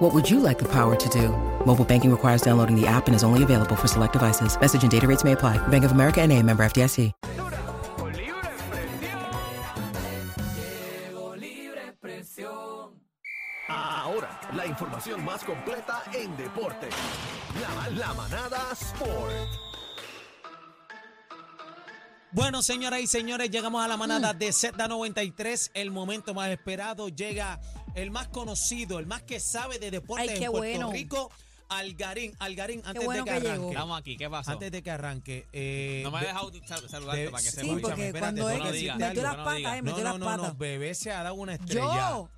What would you like the power to do? Mobile banking requires downloading the app and is only available for select devices. Message and data rates may apply. Bank of America and a member FDIC. Llegó Libre Expresión. Llegó Libre Expresión. Ahora, la información más completa en deporte. La, la manada Sport. Bueno, señoras y señores, llegamos a la manada Mm. de Z93, el momento más esperado. Llega el más conocido, el más que sabe de deportes Ay, en qué Puerto bueno. Rico, Algarín. Algarín, antes bueno de que que llegó. arranque. Estamos aquí, ¿qué pasó? Antes de que arranque. eh, no me de- has dejado sal- saludarte de- para que se sí, escúchame, vaya. porque espérate, cuando no es lo que digas, metió no las lo patas, digas. eh, No, metió no, las no, patas. no, bebé se ha dado una estrella. Yo,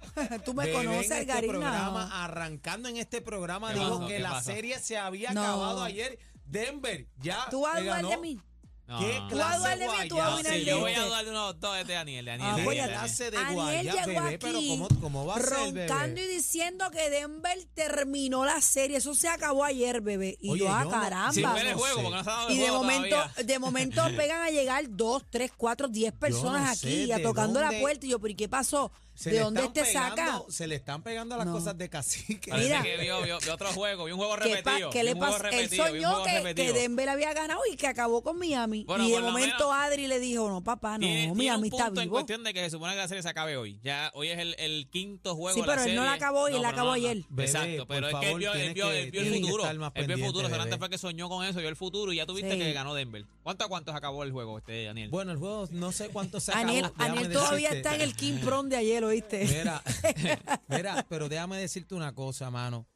tú me Bebé en conoces, este Algarín. programa, no. arrancando en este programa, ¿Qué dijo pasó? que ¿Qué la pasó? serie se había No. acabado ayer. Denver, ya. Tú vas a le dudar de ganó. mí. No, ¿Qué no, Tú vas a clase dudar de mí o tú vas a no, dudar guayaba? de sí, yo voy a este? dudar de unos dos de Daniel. de Daniel, Ah, de voy Apoya- a pues Daniel. darse de Aniel guayaba, llegó bebé, aquí pero ¿cómo, cómo va a ser, bebé? roncando y diciendo que Denver terminó la serie. Eso se acabó ayer, bebé. Y Oye, yo, ah, yo no- caramba. Sin Vamos, ver el no juego, sé. porque no se ha dado el Y de juego momento, todavía. de momento pegan a llegar dos, tres, cuatro, diez personas no sé aquí, ya de tocando dónde- la puerta. Y yo, pero ¿y qué pasó? Se ¿De le dónde están este saca? pegando- Se le están pegando las No. cosas de cacique. Parece Mira. que vio, vio- vio otro juego, vio un juego ¿Qué, pa- repetido. qué vio le un juego pasa? Él repetido, vio un soñó juego que, que repetido. Denver había ganado y que acabó con Miami. Bueno, y de por lo momento menos- Adri le dijo, no, papá, no, Tiene- tiene Miami un punto está en vivo. cuestión de que se supone que la serie se acabe hoy. Ya hoy es el, el quinto juego Sí, de la pero él serie. no la acabó hoy, él la pero acabó ayer. Bebé, Exacto, por pero es que favor, él vio, él tienes vio, que- él vio el tienes que futuro. estar más Él vio el pendiente, futuro. Solamente bebé. fue que soñó con eso, vio el futuro y ya tuviste Sí. que ganó Denver. ¿Cuánto a cuántos acabó el juego, este Daniel? Bueno, el juego no sé cuánto se acabó. Aniel, déjame Aniel todavía decirte. está en el King Prom de ayer, ¿oíste? Mira, mira, pero déjame decirte una cosa, mano.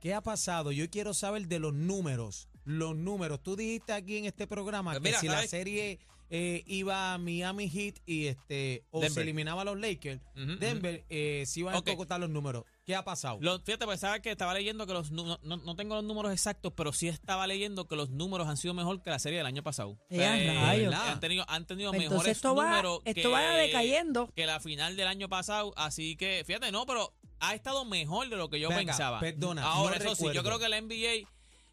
¿Qué ha pasado? Yo quiero saber de los números. Los números. Tú dijiste aquí en este programa Pues que mira, si la ¿sabes? serie eh, iba a Miami Heat y este o se Denver. eliminaba a los Lakers, Ujú, Denver eh, sí iban Ok. a cocotar los números. ¿Qué ha pasado? Lo- fíjate, pues sabes que estaba leyendo que los nu- no, no- no tengo los números exactos, pero sí estaba leyendo que los números han sido mejor que la serie del año pasado. Eh, rayos. Pues han tenido, han tenido mejores Entonces esto va, números esto que, va decayendo. que la final del año pasado. Así que, fíjate, no, pero ha estado mejor de lo que yo Venga, pensaba. perdona, Ahora, no eso sí, yo recuerdo. creo que la NBA,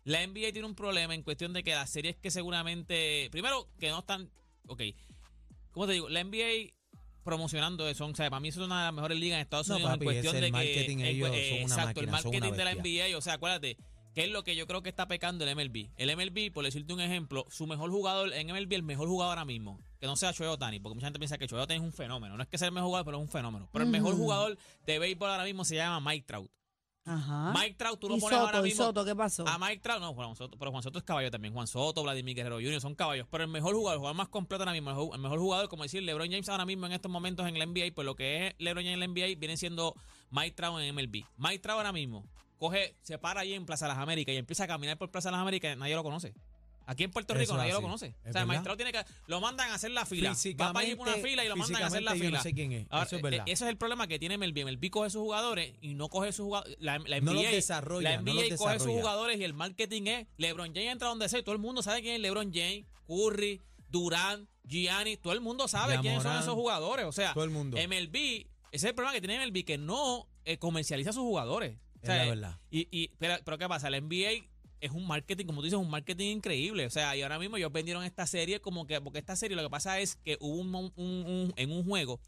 la NBA tiene un problema en cuestión de que las series que seguramente. Primero, que no están. Ok. ¿Cómo te digo? La NBA promocionando eso, o sea, para mí eso es una de las mejores ligas en Estados No, Unidos papi, en ese cuestión el de que marketing en ellos cu- son una exacto, máquina, son el una marketing de la bestia. NBA, o sea, acuérdate, que es lo que yo creo que está pecando el MLB. El MLB, por decirte un ejemplo, su mejor jugador en MLB, el mejor jugador ahora mismo, que no sea Choyo Tani, porque mucha gente piensa que Choyo Tani es un fenómeno, no es que sea el mejor jugador, pero es un fenómeno. Pero el mejor Ujú. jugador de béisbol ahora mismo se llama Mike Trout. Ah. Ajá. Mike Trout, tú lo y pones ahora Soto, y mismo Soto, ¿qué pasó? a Mike Trout, no, Juan Soto, pero Juan Soto es caballo también. Juan Soto, Vladimir Guerrero Jr. son caballos. Pero el mejor jugador, el jugador más completo ahora mismo, el ju- el mejor jugador, como decir, LeBron James ahora mismo en estos momentos en la NBA, pues lo que es LeBron James en la NBA viene siendo Mike Trout en MLB. Mike Trout ahora mismo coge, se para ahí en Plaza de las Américas y empieza a caminar por Plaza de las Américas, nadie lo conoce. Aquí en Puerto Eso Rico es nadie lo así. conoce. Es o sea, el verdad. Mike Trout tiene que. Lo mandan a hacer la fila. Va para allí por una Físicamente- fila y lo mandan a hacer la físicamente yo fila. no sé quién es, Ahora, eso es eh, verdad. Ese es el problema que tiene MLB. MLB coge sus jugadores y no coge sus jugadores. La, la NBA, No los desarrolla, la no NBA los coge sus desarrolla. jugadores y el marketing es LeBron James entra donde sea y todo el mundo sabe quién es LeBron James, Curry, Durant, Gianni, todo el mundo sabe Jamoran, quiénes son esos jugadores. O sea, Todo el mundo. MLB, ese es el problema que tiene MLB, que no eh, comercializa a sus jugadores. O Es sea, la eh, verdad. Y, y- pero, pero ¿qué pasa? La NBA es un marketing, como tú dices, un marketing increíble. O sea, y ahora mismo ellos vendieron esta serie como que, porque esta serie lo que pasa es que hubo un, mo- un- un- en un juego,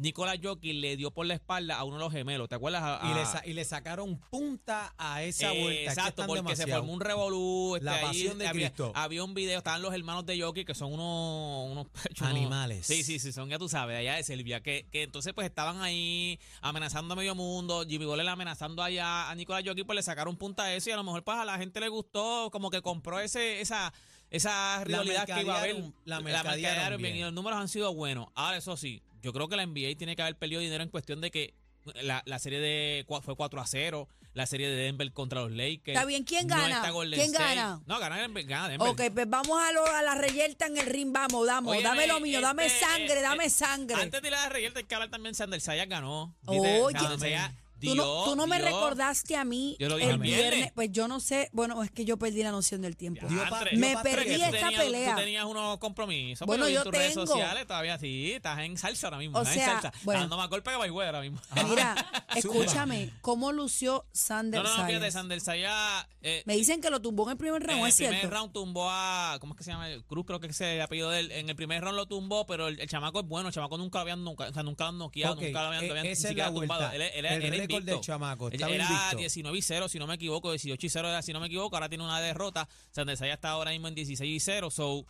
Nicola Jockey le dio por la espalda a uno de los gemelos, ¿te acuerdas? A- y, a- le sa- y le sacaron punta a esa Ah. eh, vuelta. Aquí Exacto, están porque se demasiado. formó un revolú. este, La ahí pasión de había, Cristo. Había un video, estaban los hermanos de Yoki, que son unos, unos pechos, unos- Animales. Sí, sí, sí, son, ya tú sabes, de allá de Serbia. Que, que entonces, pues estaban ahí amenazando a medio mundo. Jimmy Butler amenazando allá a Nicolás Yoki, pues le sacaron punta a eso. Y a lo mejor, pues a la gente le gustó, como que compró ese esa esa rivalidad que iba a haber. mercadearon- la mercadearon bien. y los números han sido buenos. Ahora, eso sí, yo creo que la NBA tiene que haber perdido dinero en cuestión de que. La, la serie de cua- fue 4 a 0, la serie de Denver contra los Lakers. Está bien, ¿quién No gana? está Golden ¿Quién State. gana? No, gana Denver. Gana Denver. Ok, pues vamos a, lo- a la reyerta en el ring, vamos, damos, Óyeme, dame lo mío, dame este, sangre, eh, dame eh, sangre. Antes de la de Reyes, hay que hablar también. Sander Sayas ganó. Oye. Sander Sayas Tú no, tú no me dio. recordaste a mí Yo lo dije el el viernes. viernes. Pues yo no sé, bueno, es que yo perdí la noción del tiempo. Dio Diantre. pa- Pero me pa- perdí tú esta tenías- pelea. Tú tenías unos compromisos. Bueno, pero yo yo en tus redes tengo. sociales todavía sí, estás en salsa ahora mismo. O estás en sea, salsa. bueno. Dando más golpe que Baigüe ahora mismo. Mira, escúchame, ¿cómo lució Sander No, no, no, fíjate, Sáenz? Sander Sayá. Eh, Me dicen que lo tumbó en el primer en round, el ¿es primer cierto? round tumbó a. ¿Cómo es que se llama? Cruz, creo que es el apellido de él. En el primer round lo tumbó, pero el, el chamaco es bueno. El chamaco nunca lo habían, nunca, o sea, nunca lo han noqueado, Ok, nunca lo habían, e- lo habían ni esa es siquiera la vuelta. tumbado. Él, él- El él es récord invicto. del chamaco, Él- estaba Era invicto. 19 y 0, si no me equivoco, 18 y 0 era, si no me equivoco. Ahora tiene una derrota. Sander Sayá está ahora mismo en 16 y 0. So,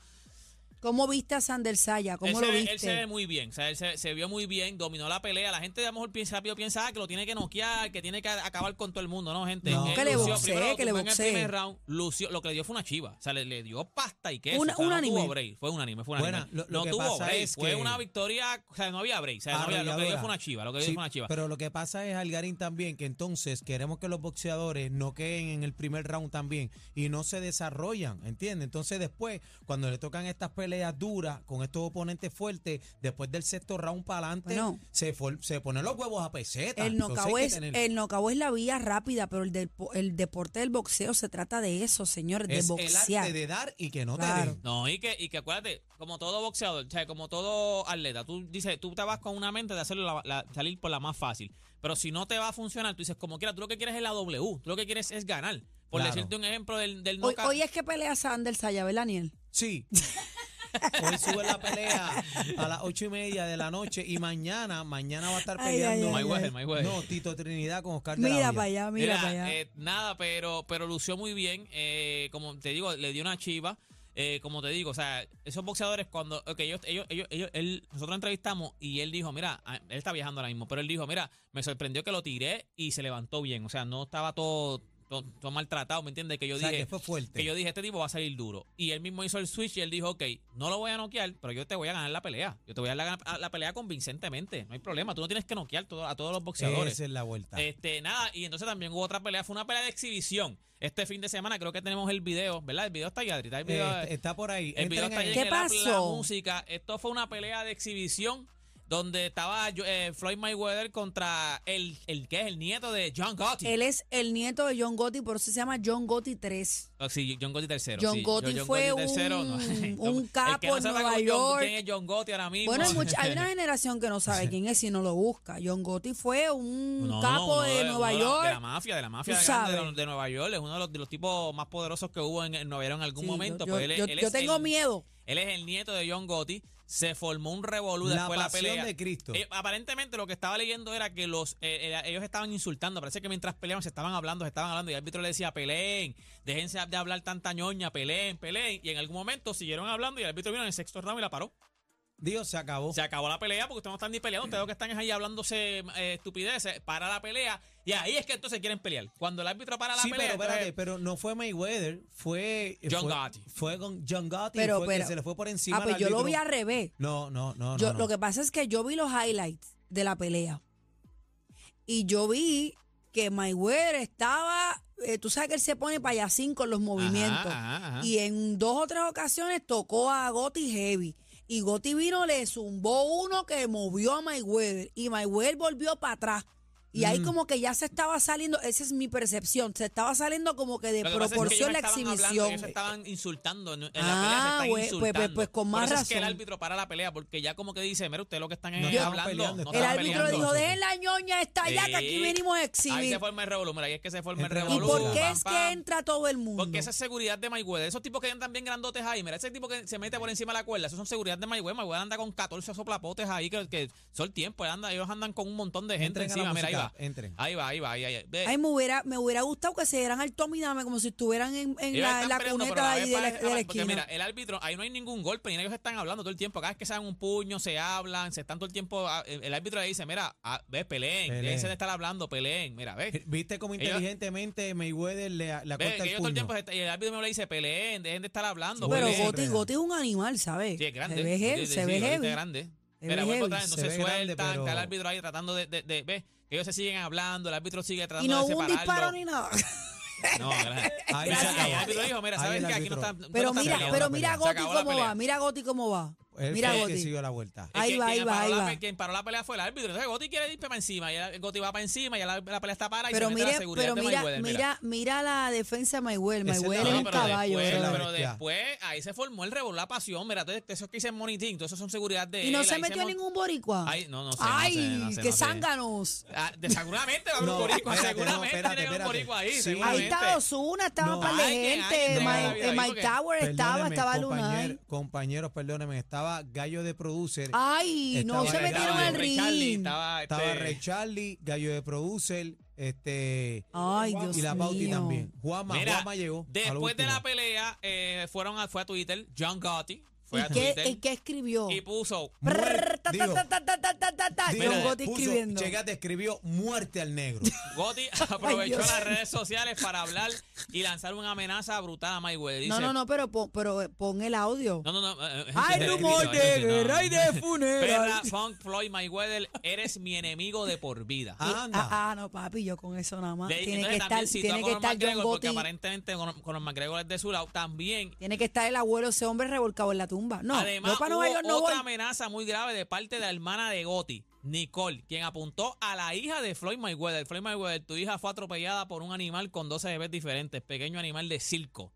¿Cómo viste a Sander Saya? ¿Cómo él, lo se, ve- él se ve viste? muy bien, o sea, él se, se vio muy bien, dominó la pelea. La gente a lo mejor piensa, rápido piensa ah, que lo tiene que noquear, que tiene que acabar con todo el mundo, ¿no, gente? No. Él Que le lució, boxee, primero lo que le tumbó En boxee. el primer round, lució, lo que le dio fue una chiva, o sea, le, le dio pasta y queso. Una- o sea, un no tuvo anime. break, fue un anime, fue un Bueno, anime. lo- lo no que tuvo pasa break, es fue que- Ah, una victoria, o sea, no había break, o sea, no había- lo que le dio Arrolladora. fue una chiva, lo que le dio Sí, fue una chiva. Pero lo que pasa es, Algarín, también que entonces queremos que los boxeadores no queden en el primer round también y no se desarrollan, ¿entiendes? Entonces después, cuando le tocan estas peleas duras con estos oponentes fuertes, después del sexto round para adelante, Bueno. se, for- se ponen los huevos a peseta. El Entonces hay nocao, que es, tener- el nocao es la vía rápida, pero el, del- el deporte del boxeo se trata de eso, señores, de es el boxear. arte de dar y que no te Claro. den. No, y que, y que acuérdate, como todo boxeador, o sea, como todo atleta, tú dices, tú te vas con una mente de hacerlo la- la- salir por la más fácil. Pero si no te va a funcionar, tú dices, como quieras, tú lo que quieres es la W, tú lo que quieres es ganar. Por Claro. decirte un ejemplo del, del Hoy, knockout. hoy es que pelea Sander Saya, ¿verdad, Daniel? Sí. Hoy sube la pelea a las ocho y media de la noche y mañana, mañana va a estar Ay, ay, peleando. ay, Mayweather, ay. Mayweather. No, Tito Trinidad con Oscar de la Mira Hoya. para allá, mira, para allá. eh, nada, pero, pero lució muy bien. eh, como te digo, le dio una chiva. eh, como te digo, o sea, esos boxeadores cuando... ok, ellos, ellos, ellos, ellos- él- nosotros entrevistamos y él dijo, mira, ah, él está viajando ahora mismo, pero él dijo, mira, me sorprendió que lo tiré y se levantó bien. O sea, no estaba todo, todo, todo maltratado, ¿me entiendes? Que yo O sea, dije... que fue fuerte. que yo dije, este tipo va a salir duro. Y él mismo hizo el switch y él dijo, ok, no lo voy a noquear, pero yo te voy a ganar la pelea. Yo te voy a ganar la, la pelea convincentemente. No hay problema. Tú no tienes que noquear todo- a todos los boxeadores. Esa es la vuelta. Este, nada, y entonces también hubo otra pelea, fue una pelea de exhibición. Este fin de semana creo que tenemos el video, ¿verdad? El video está ahí, Adri, está el video. Eh, está- está por ahí. el Entren video está ahí ahí. Este, ¿Qué en el app, la pasó? música. Esto fue una pelea de exhibición donde estaba eh, Floyd Mayweather contra el, el que es el nieto de John Gotti. Él es el nieto de John Gotti, por eso se llama John Gotti 3. Oh, sí, John Gotti tercero. John sí. Gotti fue tercero, un- El que un capo no en sepa Nueva cómo es John- York. ¿Quién es John Gotti ahora mismo? Bueno, hay, mucha- hay una generación que no sabe quién es si no lo busca. John Gotti fue un No, no, capo uno de, Nueva uno de la- York. De la mafia, de la mafia Tú grande de, sabes. de Nueva York. Es uno de los, de los tipos más poderosos que hubo en, en Nueva York en algún Sí, momento. yo, pues yo- él es- yo- él yo es tengo el- miedo. Él es el nieto de John Gotti. Se formó un revolú La después de la pasión pelea. de Cristo. Eh, aparentemente lo que estaba leyendo era que los eh, eh, ellos estaban insultando. Parece que mientras peleaban se estaban hablando, se estaban hablando. Y el árbitro le decía, peleen, déjense de hablar tanta ñoña, peleen, peleen. Y en algún momento siguieron hablando y el árbitro vino en el sexto round y la paró. Dios, se acabó. Se acabó la pelea porque ustedes no están ni peleando. Ustedes lo que están es ahí hablándose eh, estupideces. Para la pelea. Y ahí es que entonces quieren pelear. Cuando el árbitro para la sí, pelea. pero espérate, entonces- pero no fue Mayweather, fue... eh, John fue- Gotti. Fue con John Gotti, Pero, fue que pero- se le fue por encima Ah, pues al yo lo vi árbitro. al revés. No, no, no, Yo- no, Lo no. que pasa es que yo vi los highlights de la pelea. Y yo vi que Mayweather estaba... eh, tú sabes que él se pone payasín con los movimientos. Ajá, ajá, ajá. Y en dos o tres ocasiones tocó a Gotti Heavy. Y Gotti vino, le zumbó uno que movió a Mayweather. Y Mayweather volvió para atrás. Y ahí como que ya se estaba saliendo, esa es mi percepción, se estaba saliendo como que de Lo que pasa es que proporción la ellos estaban hablando, exhibición. ellos estaban insultando en, en la Ah, pelea, se están güey, pues- insultando. pues- pues con Por más eso es que el razón. árbitro para la pelea porque ya como que dice, mira, ustedes lo que están es No estaban hablando. peleando, no el están árbitro peleando. dijo, dejen la ñoña está allá que Sí. aquí venimos a Ahí se exhibir. forma el revolú, mira, ahí es que se forma el Entra el revolú. ¿Y por qué pam, es que pam. entra todo el mundo? Porque esa es seguridad de Mayweather. Esos tipos que andan bien grandotes ahí. Mira, ese tipo que se mete por encima de la cuerda. Esos son seguridad de Mayweather. Mayweather anda con 14 soplapotes ahí que, que son el tiempo. Él anda, ellos andan con un montón de gente Entren a la encima. Mira, ahí va. Ah. música, entren. Ahí va, ahí va, ahí, ahí. Ve, Ay, me hubiera, me hubiera gustado que se dieran al Tommy Dame como si estuvieran en, en ellos la, están en la peleando, cuneta pero a ahí vez de la, parece- de la a ver, Porque esquina. mira, el árbitro, ahí no hay ningún golpe. Ni nada, ellos están hablando todo el tiempo. Cada vez que se dan un puño, se hablan, se están todo el tiempo. ah, El el árbitro le dice, mira, ah, ve, peleen. Peleen. Déjense de estar hablando, peleen. Mira, ve. ¿Viste cómo Ellos- inteligentemente Mayweather le, le Ve, acorta que el ellos todo el puño? tiempo, se está- y el árbitro mismo le dice, peleen, dejen de estar hablando. Sí, Pero peleen". Gotti, Gotti es un animal, ¿sabes? Sí, es grande. Se ve Sí, heavy, sí, se sí, ve ahorita es heavy. grande. Se Mira, ve vuelvo heavy, atrás, no se se, ve sueltan, grande, está el pero- árbitro ahí tratando de, de, de- ve, que ellos se siguen hablando, el árbitro sigue tratando Y no de hubo un disparo separarlo. ni nada. No, gracias. Ahí Mira, se el acabó. árbitro dijo, mira, Ahí sabes el que aquí no árbitro. está no Pero está mira, peleando. pero Se mira a acabó Gotti la cómo pelea. va, mira a Gotti cómo va. Él Mira, Ah, fue el que Gotti. siguió la vuelta. Ahí quien, va, quien ahí va, paró ahí la, va. pe- Quien paró la pelea fue el árbitro. Entonces Gotti quiere ir para encima. Ya la- Gotti va para encima, ya la, la pelea está para y Pero se mete mira, la seguridad pero de mira, Mayweather, mira, mira la defensa de Mayweather. Ese Mayweather no, es un pero caballo. ¿eh? Después, brother. la pero bestia. después ahí se formó el revolú, la pasión. Mira, entonces, eso que hice en Monitín, todo eso son seguridad de y no él, se ahí metió mon- ningún boricua. Ay, no, no sé, no Ay, sé, no sé, qué no sé. zánganos. Ah, de- seguramente va a haber un No, boricua, espérate, no, seguramente espérate, tiene que haber un espérate. boricua ahí, Sí. Ahí seguramente. estaba Osuna, estaba No. un par de Ay, que- ay, gente. que- Mike, ay, Mike porque- Tower estaba, Perdónenme, estaba Luna. compañer- ahí. Ah. Compañeros, perdónenme, estaba Gallo de Producer. Ay, no Estaba se Ray metieron Charlie, al Ray Charlie, ring. Estaba, este, Estaba Ray Charlie, Gallo de Producer, este Ay, Dios y la Bauti mío. también. Juanma, Mira, Juanma llegó. a lo Después de último. la pelea, eh, fueron a, fue a Twitter, John Gotti fue ¿Y a qué, Twitter ¿Y qué escribió? y puso Prrr, Muerte, ta, ta, digo, ta, ta, ta, ta, ta, ta, digo, John Gotti puso- escribiendo. Chegate escribió muerte al negro. Gotti aprovechó Dios. las redes sociales para hablar y lanzar una amenaza brutal a Mayweather. Dice, No, no, no, pero, pon- pero pon el audio. No, no, no. eh, eh, Hay eh, rumor eh, de eh, no. guerra y de Perra, funeral. Funk, Floyd, Mayweather, eres mi enemigo de por vida. Anda. Ah, ah, no, papi, yo con eso nada más. Le- Ah, Tiene entonces que también estar, citó a tiene que Conor estar John McGregor, Porque Gotti. aparentemente Conor Conor McGregor es de su lado. También Tiene que estar el abuelo, ese hombre revolcado en la tumba. No, Además, yo para Nueva hubo York no voy. otra amenaza muy grave de parte de la hermana de Gotti, Nicole, quien apuntó a la hija de Floyd Mayweather. Floyd Mayweather, tu hija fue atropellada por un animal con 12 bebés diferentes, pequeño animal de circo.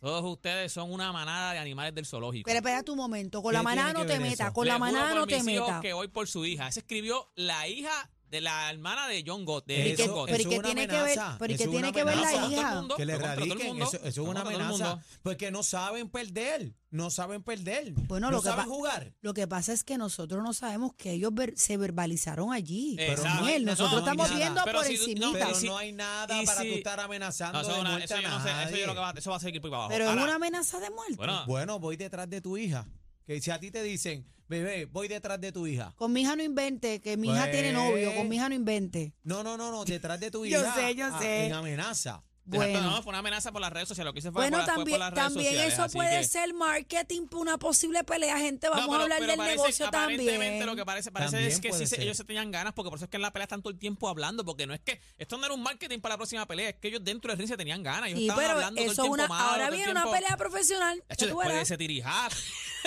Todos ustedes son una manada de animales del zoológico. Pero espera tu momento, con la ¿Qué tiene manada no que te ver metas, eso? con la Le juro manada por no te mis hijos metas. que voy por su hija. Eso escribió la hija de la hermana de John Gotti. Pero de ¿y qué- John Gotti. Pero ¿y eso qué es una tiene que ver? amenaza, Pero ¿y eso qué es tiene una que ver la amenaza. Todo el hija? mundo. que le Fue contra todo el radiquen, mundo, eso, eso es fue una contra todo el amenaza. mundo. Porque no saben perder, no saben perder. Bueno, no lo que saben pa- jugar. Lo que pasa es que nosotros no sabemos que ellos ver- se verbalizaron allí. Exacto. Pero Manuel, No, nosotros no, estamos nada. viendo Pero por si tú- no, encimita. Pero y si- no hay nada y para si- tú estar amenazando No, eso, de es una- muerte eso yo a no sé, eso yo nadie. lo que va- eso va a seguir por ahí para abajo. Pero es Ahora, una amenaza de muerte. Bueno, Bueno, voy detrás de tu hija. Que si a ti te dicen, bebé, voy detrás de tu hija. Con mi hija no invente, que mi hija Pues- tiene novio, con mi hija no invente. No, no, no, no, detrás de tu Yo hija. sé, yo ah, sé. En amenaza. Exacto, Bueno. no, fue una amenaza por las redes sociales. Lo que hice fue, Bueno, por, las- fue por también, las redes también sociales, eso así puede que- ser marketing para una posible pelea, gente. Vamos No, pero- a hablar pero del parece- negocio aparentemente también. lo que parece, parece También es que puede sí, se- ser. ellos se tenían ganas, porque por eso es que en la pelea están todo el tiempo hablando, porque no es que esto no era un marketing para la próxima pelea, es que ellos dentro del ring se tenían ganas, ellos Sí, estaban pero hablando eso todo el una, tiempo malo, ahora todo el viene una tiempo- pelea profesional. De hecho, ya tú después de verás. ese tirijar,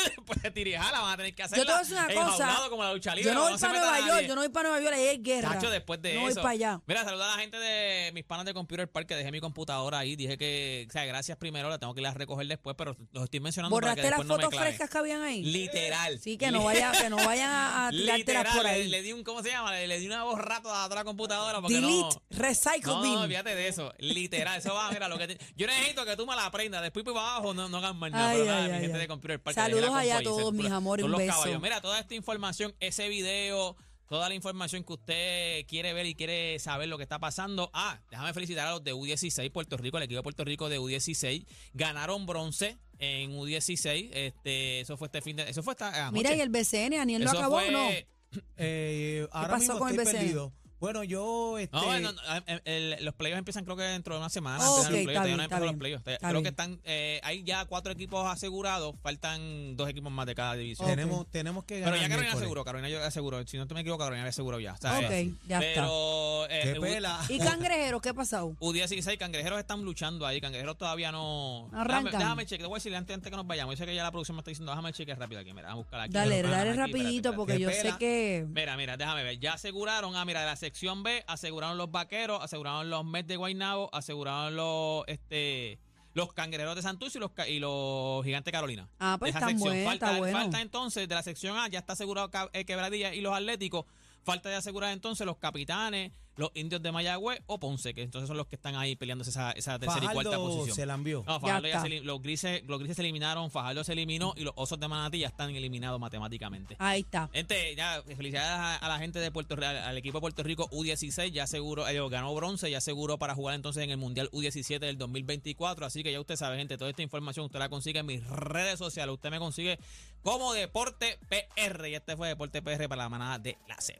después de tirijar, la van a tener que hacer. yo te voy a decir una cosa. como la lucha libre, yo no voy se para meta Nueva York, nadie. yo no voy para Nueva York, ahí es guerra. Chacho, después de no voy eso. para allá. Mira, saluda a la gente de mis panas de Computer Park que dejé mi computadora ahí. Dije que, o sea, gracias primero, la tengo que ir a recoger después, pero los estoy mencionando para Borraste que las después no me fotos claven. frescas que habían ahí. Literal. Sí, que no, vaya, que no vayan a, a tirártelas Literal, por le- ahí. Le, di un, ¿cómo se llama? Le, le di una voz rápida a toda la computadora porque Delete, recycle no... No, bin. no, fíjate de eso. Literal, eso va, mira, lo que te- Yo necesito que tú me la aprendas. Después para abajo no, no hagan más nada. Ay, pero nada, ay, mi ay, gente ay. de Computer Park. Saludos que dejé la allá a compa ahí, todos, se- mis todos amores, un los beso. caballos. Mira, toda esta información, ese video, toda la información que usted quiere ver y quiere saber lo que está pasando. Ah, déjame felicitar a los de U16 Puerto Rico, el equipo de Puerto Rico de U16. Ganaron bronce en U16. Este, eso fue este fin de... Eso fue esta... anoche. Mira, y el BCN, Aniel lo Eso acabó, fue- ¿no? Eh, ahora pasó mismo con el estoy BCN? perdido. Bueno, yo este, No, no, no, em- em- el- los playoffs empiezan creo que dentro de una semana. Ah, Ok, empiezan está los playoffs, todavía no bien, está empiezan los bien, playoffs. está creo bien. que están, eh, hay ya cuatro equipos asegurados, faltan dos equipos más de cada división. Ok. tenemos, tenemos que ganar. Pero ya Carolina miércoles. aseguró, Carolina ya aseguró. Si no te me equivoco, Carolina ya aseguró ya. ¿sabes? Ok, ya está. Pero eh, Qué pela. ¿Y cangrejeros qué ha pasado? U- U16, cangrejeros están luchando ahí. Cangrejeros todavía no. Arrancan. Déjame, déjame chequear. Te voy a decir antes, antes que nos vayamos. Yo sé que ya la producción me está diciendo, déjame chequear rápido aquí. Mira, vamos a buscar aquí. Dale, Pero, ah, dale aquí, espérate, rapidito espérate. porque yo sé Espera. que... Mira, mira, déjame ver. Ya aseguraron, ah, mira, la sección B, aseguraron los vaqueros, aseguraron los Mets de Guaynabo, aseguraron los este los cangrejeros de Santurce y los, ca- y los gigantes Carolina. Ah, pues De esa están sección. buenas, falta, está bueno. falta entonces de la sección A, ya está asegurado Ca- eh, Quebradilla y los Atléticos. Falta de asegurar entonces los capitanes, los indios de Mayagüez o Ponce, que entonces son los que están ahí peleándose esa, esa tercera y cuarta Fajardo posición. se la envió. No, Fajardo ya está. se elim- los, grises, los grises se eliminaron, Fajardo se eliminó y los osos de Manatí ya están eliminados matemáticamente. Ahí está. Gente, ya, felicidades a, a la gente de Puerto Rico, al, al equipo de Puerto Rico U16, ya seguro, ellos ganó bronce, ya seguro para jugar entonces en el Mundial U17 del 2024. Así que ya usted sabe, gente, toda esta información usted la consigue en mis redes sociales. Usted me consigue como Deporte PR. Y este fue Deporte PR para la manada de la Z.